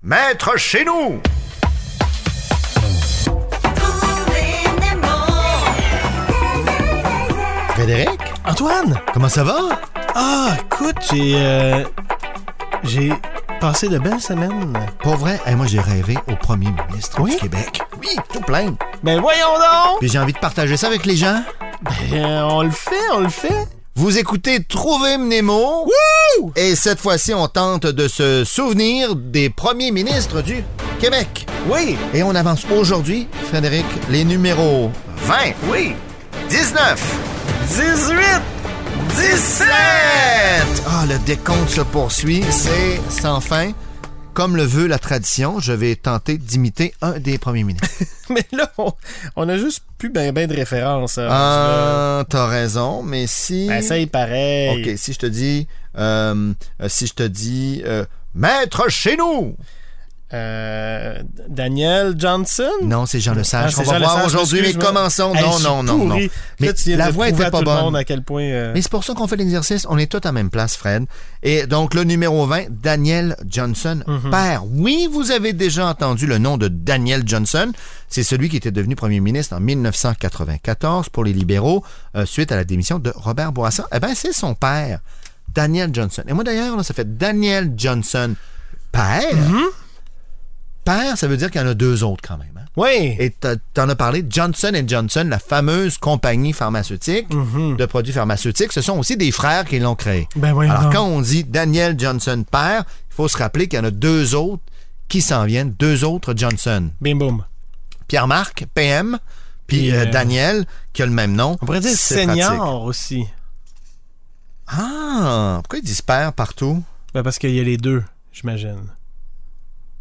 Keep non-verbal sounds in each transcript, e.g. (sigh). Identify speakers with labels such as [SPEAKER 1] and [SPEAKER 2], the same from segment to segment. [SPEAKER 1] Maître chez nous
[SPEAKER 2] Frédéric,
[SPEAKER 3] Antoine!
[SPEAKER 2] comment ça va?
[SPEAKER 3] Ah, écoute, j'ai. euh, j'ai passé de belles semaines.
[SPEAKER 2] Pour vrai, eh, moi j'ai rêvé au premier ministre
[SPEAKER 3] Oui?
[SPEAKER 2] du Québec. Oui, tout plein.
[SPEAKER 3] Ben voyons donc!
[SPEAKER 2] Puis j'ai envie de partager ça avec les gens.
[SPEAKER 3] Ben, on le fait, on le fait! (laughs)
[SPEAKER 2] Vous écoutez Trouver Mnemo.
[SPEAKER 3] Wouh!
[SPEAKER 2] Et cette fois-ci, on tente de se souvenir des premiers ministres du Québec.
[SPEAKER 3] Oui!
[SPEAKER 2] Et on avance aujourd'hui, Frédéric, les numéros
[SPEAKER 1] 20, oui 19
[SPEAKER 3] 18!
[SPEAKER 1] 17
[SPEAKER 2] Ah, le décompte se poursuit, c'est sans fin. Comme le veut la tradition, je vais tenter d'imiter un des premiers ministres.
[SPEAKER 3] (laughs) Mais là, on, on a juste plus ben ben de références. hein, parce
[SPEAKER 2] Ah, t'as raison, mais si...
[SPEAKER 3] que- Ben, ça y paraît.
[SPEAKER 2] Ok, si je te dis... euh, euh, si je te dis... euh, Maître chez nous!
[SPEAKER 3] Euh, Daniel Johnson?
[SPEAKER 2] Non, c'est Jean
[SPEAKER 3] Ah,
[SPEAKER 2] Lesage
[SPEAKER 3] c'est
[SPEAKER 2] qu'on va
[SPEAKER 3] Jean
[SPEAKER 2] voir
[SPEAKER 3] Lesage,
[SPEAKER 2] aujourd'hui, mais
[SPEAKER 3] excuse-moi.
[SPEAKER 2] commençons.
[SPEAKER 3] Hey,
[SPEAKER 2] Non,
[SPEAKER 3] je
[SPEAKER 2] non, non,
[SPEAKER 3] suis
[SPEAKER 2] non.
[SPEAKER 3] pourri.
[SPEAKER 2] Mais
[SPEAKER 3] Là, tu viens
[SPEAKER 2] la
[SPEAKER 3] de
[SPEAKER 2] voix
[SPEAKER 3] prouver
[SPEAKER 2] était
[SPEAKER 3] à
[SPEAKER 2] pas
[SPEAKER 3] tout
[SPEAKER 2] bonne.
[SPEAKER 3] Le monde à quel point, euh,
[SPEAKER 2] Mais c'est pour ça qu'on fait l'exercice. On est tous à même place, Fred. Et donc, le numéro 20, Daniel Johnson, père. Oui, vous avez déjà entendu le nom de Daniel Johnson. C'est celui qui était devenu premier ministre en 1994 pour les libéraux, euh, suite à la démission de Robert Bourassa. Eh bien, c'est son père, Daniel Johnson. Et moi, d'ailleurs, là, ça fait Daniel Johnson, père. Père, ça veut dire qu'il y en a deux autres quand même. hein.
[SPEAKER 3] Oui!
[SPEAKER 2] Et t'as- t'en as parlé, Johnson Johnson, la fameuse compagnie pharmaceutique
[SPEAKER 3] Mm-hmm.
[SPEAKER 2] de produits pharmaceutiques, ce sont aussi des frères qui l'ont créé.
[SPEAKER 3] Ben voyons
[SPEAKER 2] Alors,
[SPEAKER 3] donc.
[SPEAKER 2] quand on dit Daniel Johnson père, il faut se rappeler qu'il y en a deux autres qui s'en viennent, deux autres Johnson.
[SPEAKER 3] Bim boum.
[SPEAKER 2] Pierre-Marc, PM, puis
[SPEAKER 3] Puis,
[SPEAKER 2] euh,
[SPEAKER 3] euh,
[SPEAKER 2] Daniel, qui a le même nom.
[SPEAKER 3] On pourrait dire
[SPEAKER 2] C'est
[SPEAKER 3] senior
[SPEAKER 2] pratique.
[SPEAKER 3] aussi.
[SPEAKER 2] Ah, pourquoi ils disent père partout?
[SPEAKER 3] Ben parce qu'il y a les deux, j'imagine.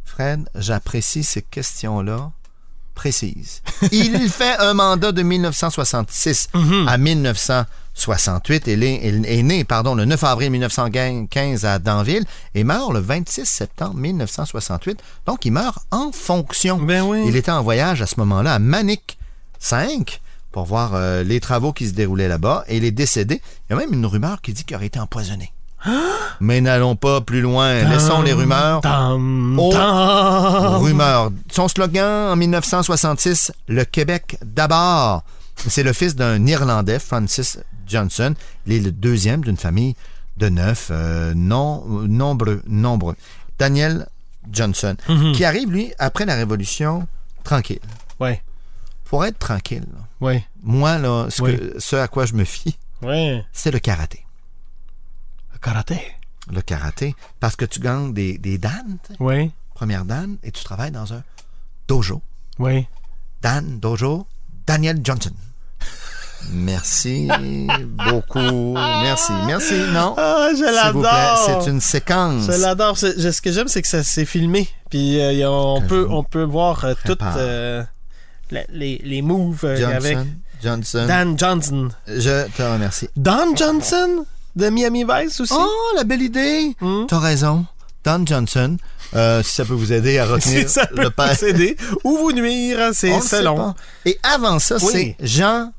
[SPEAKER 2] Fred, j'apprécie ces questions-là précises. (laughs) Il fait un mandat de 1966
[SPEAKER 3] Mhm.
[SPEAKER 2] à 1968. Il est, il est né pardon, le 9 avril 1915 à Danville et meurt le 26 septembre 1968. Donc, il meurt en fonction.
[SPEAKER 3] Ben oui.
[SPEAKER 2] Il était en voyage à ce moment-là à Manic 5 pour voir euh, les travaux qui se déroulaient là-bas et il est décédé. Il y a même une rumeur qui dit qu'il aurait été
[SPEAKER 3] (gasps)
[SPEAKER 2] empoisonné. Mais n'allons pas plus loin. Laissons les rumeurs
[SPEAKER 3] Tam,
[SPEAKER 2] Oh.
[SPEAKER 3] tam.
[SPEAKER 2] Rumeur. Son slogan en 1966, Le Québec d'abord. C'est le fils d'un Irlandais, Francis Johnson. Il est le deuxième d'une famille de neuf, euh, non, nombreux, nombreux. Daniel Johnson, qui arrive, lui, après la Révolution, tranquille.
[SPEAKER 3] Ouais,
[SPEAKER 2] Pour être tranquille, là,
[SPEAKER 3] ouais,
[SPEAKER 2] moi, là, ce,
[SPEAKER 3] Oui.
[SPEAKER 2] que- ce à quoi je me fie,
[SPEAKER 3] ouais.
[SPEAKER 2] c'est le karaté.
[SPEAKER 3] Karaté.
[SPEAKER 2] Le karaté, parce que tu gagnes des, des dan, tu sais,
[SPEAKER 3] Ouais,
[SPEAKER 2] première dan, et tu travailles dans un dojo.
[SPEAKER 3] ouais.
[SPEAKER 2] Dan Dojo, Daniel Johnson. Merci beaucoup. Merci, merci. Non.
[SPEAKER 3] Ah, je
[SPEAKER 2] S'il vous plaît,
[SPEAKER 3] l'adore.
[SPEAKER 2] c'est une séquence.
[SPEAKER 3] Je l'adore. C'est- je- Ce que j'aime, c'est que ça s'est filmé. Puis euh, y a- on,
[SPEAKER 2] Que
[SPEAKER 3] peut,
[SPEAKER 2] vous
[SPEAKER 3] on peut voir euh, toutes
[SPEAKER 2] prépare.
[SPEAKER 3] euh, la- les, les moves euh, avec
[SPEAKER 2] Johnson, Johnson.
[SPEAKER 3] Dan Johnson.
[SPEAKER 2] Je te remercie.
[SPEAKER 3] Dan Johnson de Miami Vice aussi.
[SPEAKER 2] Oh, la belle idée.
[SPEAKER 3] Hmm.
[SPEAKER 2] T'as raison. Dan Johnson. Euh, si ça peut vous aider
[SPEAKER 3] (laughs)
[SPEAKER 2] à retenir
[SPEAKER 3] (laughs) si ça peut
[SPEAKER 2] le père.
[SPEAKER 3] vous aider ou vous nuire,
[SPEAKER 2] On
[SPEAKER 3] c'est
[SPEAKER 2] le sait
[SPEAKER 3] selon.
[SPEAKER 2] pas. Et avant ça,
[SPEAKER 3] Oui.
[SPEAKER 2] c'est Jean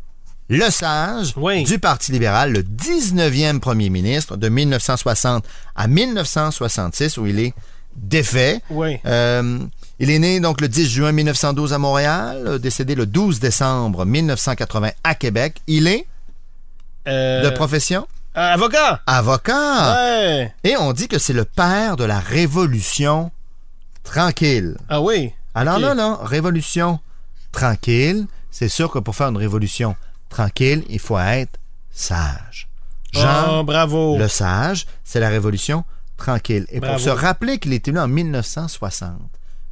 [SPEAKER 2] Lesage
[SPEAKER 3] Oui.
[SPEAKER 2] du Parti libéral, le 19e premier ministre de 1960 à 1966, où il est défait.
[SPEAKER 3] Oui.
[SPEAKER 2] Euh, il est né donc le 10 juin 1912 à Montréal, euh, décédé le 12 décembre 1980 à Québec. Il est
[SPEAKER 3] Euh,
[SPEAKER 2] de profession
[SPEAKER 3] euh, avocat.
[SPEAKER 2] avocat.
[SPEAKER 3] Ouais.
[SPEAKER 2] Et on dit que c'est le père de la révolution tranquille.
[SPEAKER 3] Ah oui.
[SPEAKER 2] Alors
[SPEAKER 3] Ok.
[SPEAKER 2] là, là, révolution tranquille, c'est sûr que pour faire une révolution tranquille, il faut être sage.
[SPEAKER 3] Oh,
[SPEAKER 2] Jean
[SPEAKER 3] bravo.
[SPEAKER 2] le sage, c'est la révolution tranquille. Et
[SPEAKER 3] Oh. Bravo.
[SPEAKER 2] pour se rappeler qu'il était là en 1960,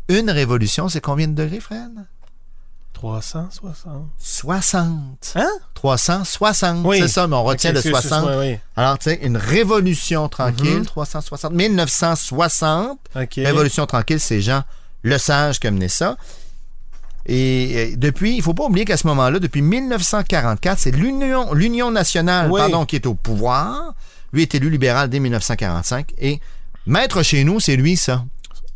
[SPEAKER 2] une révolution, c'est combien de degrés, Fred?
[SPEAKER 3] 360.
[SPEAKER 2] 60.
[SPEAKER 3] Hein?
[SPEAKER 2] 360,
[SPEAKER 3] Oui.
[SPEAKER 2] c'est ça, mais on retient
[SPEAKER 3] Ok,
[SPEAKER 2] le
[SPEAKER 3] excuse-
[SPEAKER 2] 60.
[SPEAKER 3] excuse-moi, oui.
[SPEAKER 2] Alors, tu sais, une révolution tranquille,
[SPEAKER 3] Mhm.
[SPEAKER 2] 360, 1960,
[SPEAKER 3] OK.
[SPEAKER 2] Révolution tranquille, c'est Jean Lesage qui a mené ça. Et euh, depuis, il faut pas oublier qu'à ce moment-là, depuis 1944, c'est l'Union, l'Union nationale
[SPEAKER 3] Oui.
[SPEAKER 2] pardon, qui est au pouvoir. Lui est élu libéral dès 1945. Et maître chez nous, c'est lui, ça.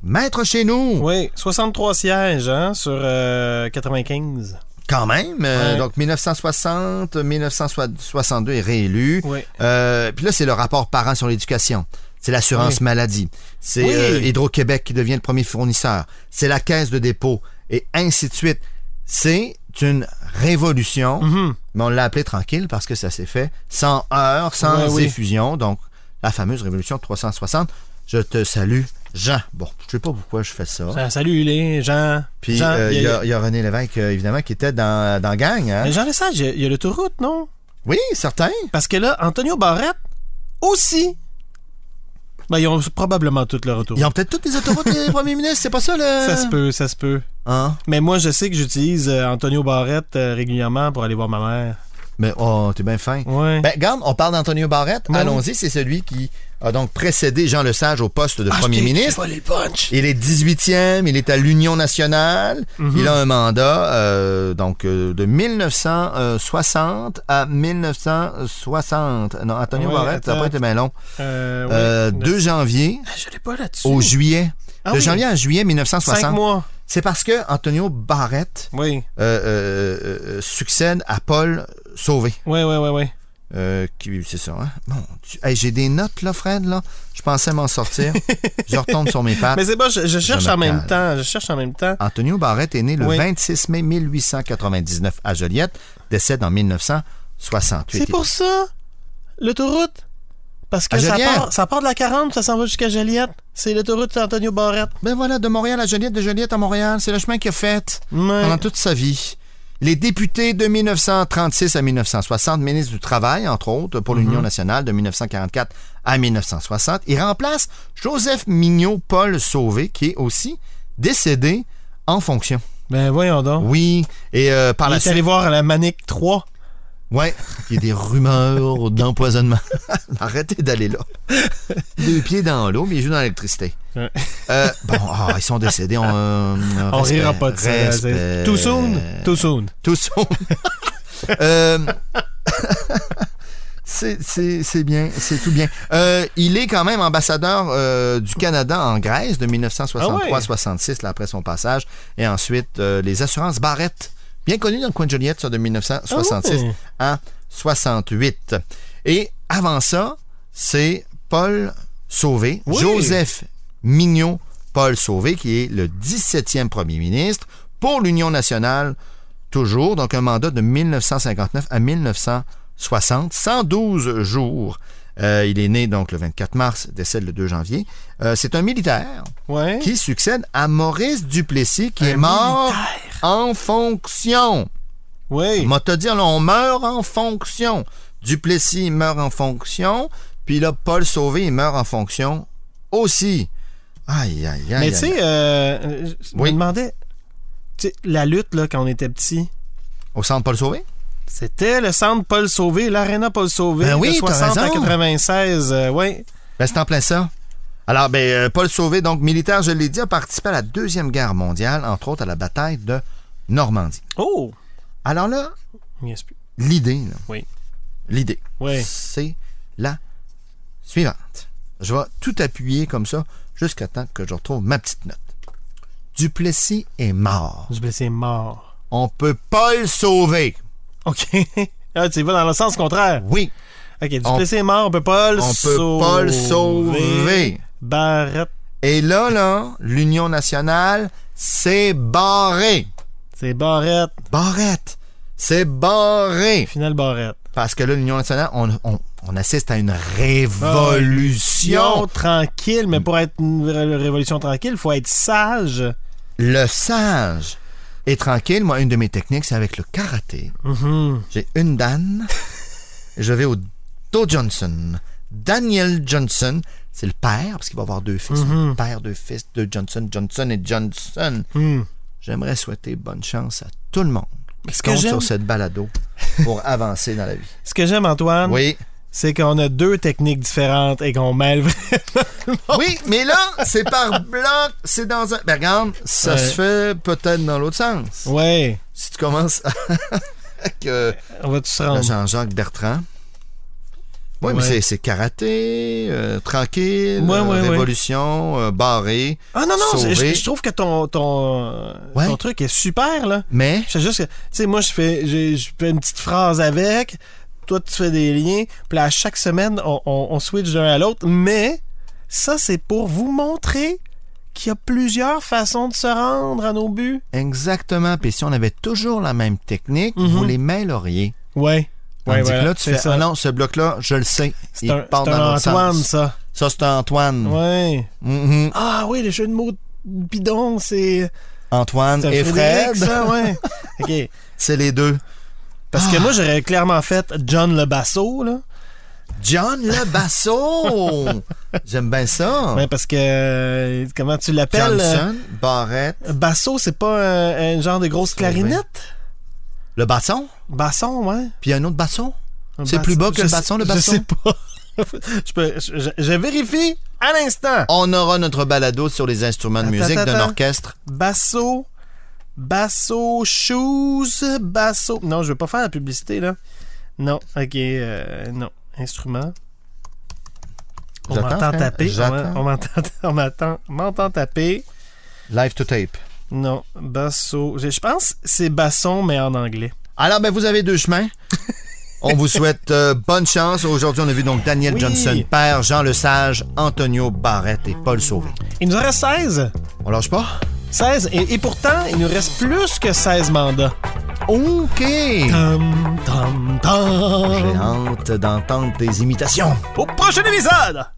[SPEAKER 2] Maître chez nous,
[SPEAKER 3] Oui, 63 sièges hein, sur euh, 95.
[SPEAKER 2] quand même. Euh,
[SPEAKER 3] Ouais.
[SPEAKER 2] Donc 1960, 1962 est réélu.
[SPEAKER 3] Oui.
[SPEAKER 2] Euh, Puis là, c'est le rapport parent sur l'éducation. C'est l'assurance
[SPEAKER 3] Oui.
[SPEAKER 2] maladie. C'est
[SPEAKER 3] Oui.
[SPEAKER 2] euh, Hydro-Québec qui devient le premier fournisseur. C'est la caisse de dépôt. Et ainsi de suite. C'est une révolution.
[SPEAKER 3] Mhm.
[SPEAKER 2] Mais on l'a appelé tranquille parce que ça s'est fait sans heurts, sans
[SPEAKER 3] Ouais, oui.
[SPEAKER 2] effusion. Donc, la fameuse révolution de 360. Je te salue, Jean. Bon, je sais pas pourquoi je fais ça.
[SPEAKER 3] Ça- Salut les gens.
[SPEAKER 2] Puis,
[SPEAKER 3] Jean,
[SPEAKER 2] euh, il y, a- il y a René Lévesque, euh, évidemment, qui était dans, dans Gang. hein.
[SPEAKER 3] Mais Jean Lesage, il y a- il y a l'autoroute, non?
[SPEAKER 2] Oui, certain.
[SPEAKER 3] Parce que là, Antonio Barrette aussi. Ben, ils ont probablement toutes leur autoroute.
[SPEAKER 2] Ils ont peut-être toutes les autoroutes, les premiers ministres. C'est pas ça, le...
[SPEAKER 3] Ça se peut, ça se peut.
[SPEAKER 2] Hein?
[SPEAKER 3] Mais moi, je sais que j'utilise euh, Antonio Barrette euh, régulièrement pour aller voir ma mère.
[SPEAKER 2] Mais, oh, t'es bien fin.
[SPEAKER 3] Ouais.
[SPEAKER 2] Ben, garde, on parle d'Antonio Barrette.
[SPEAKER 3] Ben Oui.
[SPEAKER 2] Allons-y, c'est celui qui a donc précédé Jean Lesage au poste
[SPEAKER 3] Ah,
[SPEAKER 2] de premier ministre.
[SPEAKER 3] les punch.
[SPEAKER 2] Il est 18e, il est à l'Union nationale.
[SPEAKER 3] Mhm.
[SPEAKER 2] Il a un mandat euh, donc euh, de 1960 à 1960. Non, Antonio
[SPEAKER 3] Ouais,
[SPEAKER 2] Barrette, ça n'a
[SPEAKER 3] attends.
[SPEAKER 2] pas été bien long.
[SPEAKER 3] Euh, ouais.
[SPEAKER 2] Euh, 2 janvier
[SPEAKER 3] Ah, Je l'ai pas là-dessus.
[SPEAKER 2] au juillet.
[SPEAKER 3] Ah
[SPEAKER 2] de
[SPEAKER 3] oui.
[SPEAKER 2] janvier à juillet
[SPEAKER 3] Cinq
[SPEAKER 2] 1960.
[SPEAKER 3] mois.
[SPEAKER 2] C'est parce que Antonio Barrette
[SPEAKER 3] Oui.
[SPEAKER 2] euh, euh, euh, succède à Paul Sauvé.
[SPEAKER 3] Ouais, ouais, ouais, ouais.
[SPEAKER 2] Euh, qui- c'est ça, hein? Mon Dieu. Hey, j'ai des notes, là, Fred, là. Je pensais m'en sortir. je retombe sur mes pattes.
[SPEAKER 3] (laughs) Mais c'est bon, je, je cherche
[SPEAKER 2] Je me
[SPEAKER 3] en même
[SPEAKER 2] calme.
[SPEAKER 3] temps. Je cherche en même temps.
[SPEAKER 2] Antonio Barrette est né le
[SPEAKER 3] Oui.
[SPEAKER 2] 26 mai 1899 à Joliette, décède en 1968.
[SPEAKER 3] C'est pour ça, l'autoroute. Parce que
[SPEAKER 2] À
[SPEAKER 3] ça
[SPEAKER 2] Joliette.
[SPEAKER 3] part, ça part de la 40, ça s'en va jusqu'à Joliette. C'est l'autoroute Antonio Barrette.
[SPEAKER 2] Ben voilà, de Montréal à Joliette, de Joliette à Montréal, c'est le chemin qu'il a fait
[SPEAKER 3] Ouais.
[SPEAKER 2] pendant toute sa vie. Il est député de 1936 à 1960, ministre du Travail, entre autres, pour
[SPEAKER 3] Mhm.
[SPEAKER 2] l'Union nationale de 1944 à 1960. Il remplace Joseph Mignot-Paul Sauvé, qui est aussi décédé en fonction.
[SPEAKER 3] Ben voyons donc.
[SPEAKER 2] Oui, et euh, par
[SPEAKER 3] Il
[SPEAKER 2] la
[SPEAKER 3] est
[SPEAKER 2] suite...
[SPEAKER 3] allé voir à la Manic 3.
[SPEAKER 2] Ouais, il y a des rumeurs d'empoisonnement. (laughs) Arrêtez d'aller là. Deux pieds dans l'eau, mais il joue dans l'électricité.
[SPEAKER 3] Ouais.
[SPEAKER 2] Euh, bon, ah, ils sont décédés. On, euh,
[SPEAKER 3] On
[SPEAKER 2] respect,
[SPEAKER 3] rira pas de ça. là, c'est-
[SPEAKER 2] respect.
[SPEAKER 3] Too soon? Too soon.
[SPEAKER 2] Too soon. (laughs) Euh, (laughs) c'est- C'est c'est bien, c'est tout bien. Euh, il est quand même ambassadeur euh, du Canada en Grèce de 1963
[SPEAKER 3] Ah ouais.
[SPEAKER 2] 66 là, après son passage. Et ensuite, euh, les assurances Barrette, bien connues dans le coin de Joliette, ça, de 1966
[SPEAKER 3] Oh.
[SPEAKER 2] à 68. Et avant ça, c'est Paul Sauvé,
[SPEAKER 3] Oui.
[SPEAKER 2] Joseph Mignot Paul Sauvé, qui est le 17e premier ministre pour l'Union nationale, toujours, donc un mandat de 1959 à 1960, 112 jours. Euh, il est né donc le 24 mars, décède le 2 janvier. Euh, c'est un militaire
[SPEAKER 3] Ouais.
[SPEAKER 2] qui succède à Maurice Duplessis, qui
[SPEAKER 3] Un
[SPEAKER 2] est mort en fonction.
[SPEAKER 3] Oui.
[SPEAKER 2] M'a te dire, là, on meurt en fonction. Duplessis il meurt en fonction, puis là, Paul Sauvé, il meurt en fonction aussi. Aïe, aïe, aïe.
[SPEAKER 3] Mais tu
[SPEAKER 2] aïe.
[SPEAKER 3] sais, euh, je me
[SPEAKER 2] Oui.
[SPEAKER 3] demandais, tu sais, la lutte là, quand on était petit,
[SPEAKER 2] Au centre Paul Sauvé?
[SPEAKER 3] c'était le centre Paul Sauvé, l'aréna Paul Sauvé,
[SPEAKER 2] Ben oui,
[SPEAKER 3] de
[SPEAKER 2] t'as
[SPEAKER 3] 60 à
[SPEAKER 2] raison.
[SPEAKER 3] 96. euh, ouais.
[SPEAKER 2] Ben, c'est en plein ça. Alors, ben, euh, Paul Sauvé, donc militaire, je l'ai dit, a participé à la Deuxième Guerre mondiale, entre autres à la bataille de Normandie.
[SPEAKER 3] Oh!
[SPEAKER 2] Alors là,
[SPEAKER 3] Il y a plus.
[SPEAKER 2] l'idée, là.
[SPEAKER 3] Oui.
[SPEAKER 2] L'idée.
[SPEAKER 3] Ouais.
[SPEAKER 2] C'est la suivante. Je vais tout appuyer comme ça jusqu'à temps que je retrouve ma petite note. Duplessis est mort.
[SPEAKER 3] Je blessé mort. (laughs)
[SPEAKER 2] On peut pas le sauver.
[SPEAKER 3] OK. Ah, tu y vas dans le sens contraire.
[SPEAKER 2] Oui,
[SPEAKER 3] OK, du
[SPEAKER 2] On-
[SPEAKER 3] blessé mort, on peut pas le
[SPEAKER 2] on peut
[SPEAKER 3] sauver.
[SPEAKER 2] pas le sauver.
[SPEAKER 3] Barrette,
[SPEAKER 2] Et là, là, l'Union nationale s'est barrée.
[SPEAKER 3] c'est Barrette.
[SPEAKER 2] Barrette. C'est barré.
[SPEAKER 3] Finale Barrette.
[SPEAKER 2] Parce que là, l'Union nationale, on, on- on assiste à une
[SPEAKER 3] Ah,
[SPEAKER 2] révolution.
[SPEAKER 3] tranquille, mais pour être une ré- révolution tranquille, faut être sage.
[SPEAKER 2] Le sage est tranquille. Moi, une de mes techniques, c'est avec le karaté.
[SPEAKER 3] Mhm.
[SPEAKER 2] J'ai une Dan. Je vais au Do Johnson. Daniel Johnson, c'est le père, parce qu'il va avoir deux fils. Père, deux fils, deux Johnson, Johnson et Johnson.
[SPEAKER 3] Mhm.
[SPEAKER 2] J'aimerais souhaiter bonne chance à tout le monde qui
[SPEAKER 3] ce que
[SPEAKER 2] compte
[SPEAKER 3] j'aime-
[SPEAKER 2] sur cette balado
[SPEAKER 3] (laughs)
[SPEAKER 2] pour avancer dans la vie.
[SPEAKER 3] Ce que j'aime, Antoine,
[SPEAKER 2] Oui.
[SPEAKER 3] c'est qu'on a deux techniques différentes et qu'on mêle
[SPEAKER 2] (laughs)
[SPEAKER 3] Oh!
[SPEAKER 2] Oui, mais là, c'est par bloc, c'est dans un. Ben, regarde, ça
[SPEAKER 3] Ouais. Oh.
[SPEAKER 2] se fait peut-être dans l'autre sens.
[SPEAKER 3] Ouais,
[SPEAKER 2] Si tu commences (laughs) avec euh,
[SPEAKER 3] on va tous se
[SPEAKER 2] le
[SPEAKER 3] rendre.
[SPEAKER 2] Jean-Jacques Bertrand. Oui, mais
[SPEAKER 3] Ouais.
[SPEAKER 2] c'est- c'est karaté, euh, tranquille,
[SPEAKER 3] Ouais,
[SPEAKER 2] euh,
[SPEAKER 3] ouais, ouais.
[SPEAKER 2] révolution, euh, barré.
[SPEAKER 3] Ah non, non, je-
[SPEAKER 2] Sauver.
[SPEAKER 3] je, je trouve que ton, ton,
[SPEAKER 2] Ouais.
[SPEAKER 3] ton truc est super, là.
[SPEAKER 2] Mais,
[SPEAKER 3] Je sais juste que, tu sais, moi, je fais, j'ai- je fais une petite phrase avec, toi, tu fais des liens, puis là, à chaque semaine, on, on- on switch d'un à l'autre, mais Ça, c'est pour vous montrer qu'il y a plusieurs façons de se rendre à nos buts.
[SPEAKER 2] Exactement. Puis si on avait toujours la même technique, vous les mêleriez.
[SPEAKER 3] Ouais.
[SPEAKER 2] Tandis
[SPEAKER 3] Mhm. Ouais,
[SPEAKER 2] que
[SPEAKER 3] voilà,
[SPEAKER 2] là, tu
[SPEAKER 3] c'est
[SPEAKER 2] fais,
[SPEAKER 3] ça.
[SPEAKER 2] ah non, ce bloc-là, je le sais.
[SPEAKER 3] C'est
[SPEAKER 2] Il
[SPEAKER 3] un,
[SPEAKER 2] part
[SPEAKER 3] c'est
[SPEAKER 2] dans
[SPEAKER 3] un
[SPEAKER 2] l'autre
[SPEAKER 3] Antoine,
[SPEAKER 2] sens. Mm.
[SPEAKER 3] ça.
[SPEAKER 2] Ça, c'est Antoine.
[SPEAKER 3] Ouais.
[SPEAKER 2] Mhm.
[SPEAKER 3] Ah oui, le jeu de mots bidon, c'est.
[SPEAKER 2] Antoine
[SPEAKER 3] c'est
[SPEAKER 2] et
[SPEAKER 3] Frédéric,
[SPEAKER 2] Fred,
[SPEAKER 3] ça, ouais.
[SPEAKER 2] (laughs)
[SPEAKER 3] OK.
[SPEAKER 2] c'est les deux.
[SPEAKER 3] Parce
[SPEAKER 2] Ah.
[SPEAKER 3] que moi, j'aurais clairement fait John le Basso, là.
[SPEAKER 2] John le Basso! (laughs) J'aime bien ça.
[SPEAKER 3] Ouais, parce que. Ben, euh, Comment tu l'appelles?
[SPEAKER 2] Johnson, Barrette,
[SPEAKER 3] euh, Basso, c'est pas un, un genre de grosse clarinette?
[SPEAKER 2] le basson,
[SPEAKER 3] Basson, ouais.
[SPEAKER 2] puis un autre basson.
[SPEAKER 3] Un
[SPEAKER 2] C'est
[SPEAKER 3] basson.
[SPEAKER 2] plus bas que
[SPEAKER 3] Je
[SPEAKER 2] le
[SPEAKER 3] sais-
[SPEAKER 2] basson, le
[SPEAKER 3] je
[SPEAKER 2] basson?
[SPEAKER 3] sais pas. (laughs) je, peux- je- je- je vérifie à l'instant.
[SPEAKER 2] On aura notre balado sur les instruments de
[SPEAKER 3] Attends,
[SPEAKER 2] musique d'un
[SPEAKER 3] attends.
[SPEAKER 2] orchestre.
[SPEAKER 3] Basso. Basso shoes. Basso. Non, je veux pas faire la publicité, là. Non, ok. euh, non. Instrument. On
[SPEAKER 2] J'attends,
[SPEAKER 3] m'entend
[SPEAKER 2] hein,
[SPEAKER 3] taper. On m'en-
[SPEAKER 2] j'attends.
[SPEAKER 3] On m'entend (laughs) on m'entend- on m'entend taper.
[SPEAKER 2] Live to tape.
[SPEAKER 3] Non, basso. Je je pense que c'est basson, mais en anglais.
[SPEAKER 2] Alors, ben, vous avez deux
[SPEAKER 3] (laughs)
[SPEAKER 2] chemins. On vous souhaite euh, bonne chance. Aujourd'hui, on a vu donc Daniel
[SPEAKER 3] Oui.
[SPEAKER 2] Johnson, père, Jean Lesage, Antonio Barrette et Paul Sauvé.
[SPEAKER 3] Il nous en reste 16.
[SPEAKER 2] On lâche pas?
[SPEAKER 3] 16. Et, et pourtant, il nous reste plus que 16 mandats. Oh. Hum,
[SPEAKER 2] OK! J'ai
[SPEAKER 3] Tam, tam, tam.
[SPEAKER 2] hâte d'entendre tes imitations.
[SPEAKER 3] Au prochain épisode!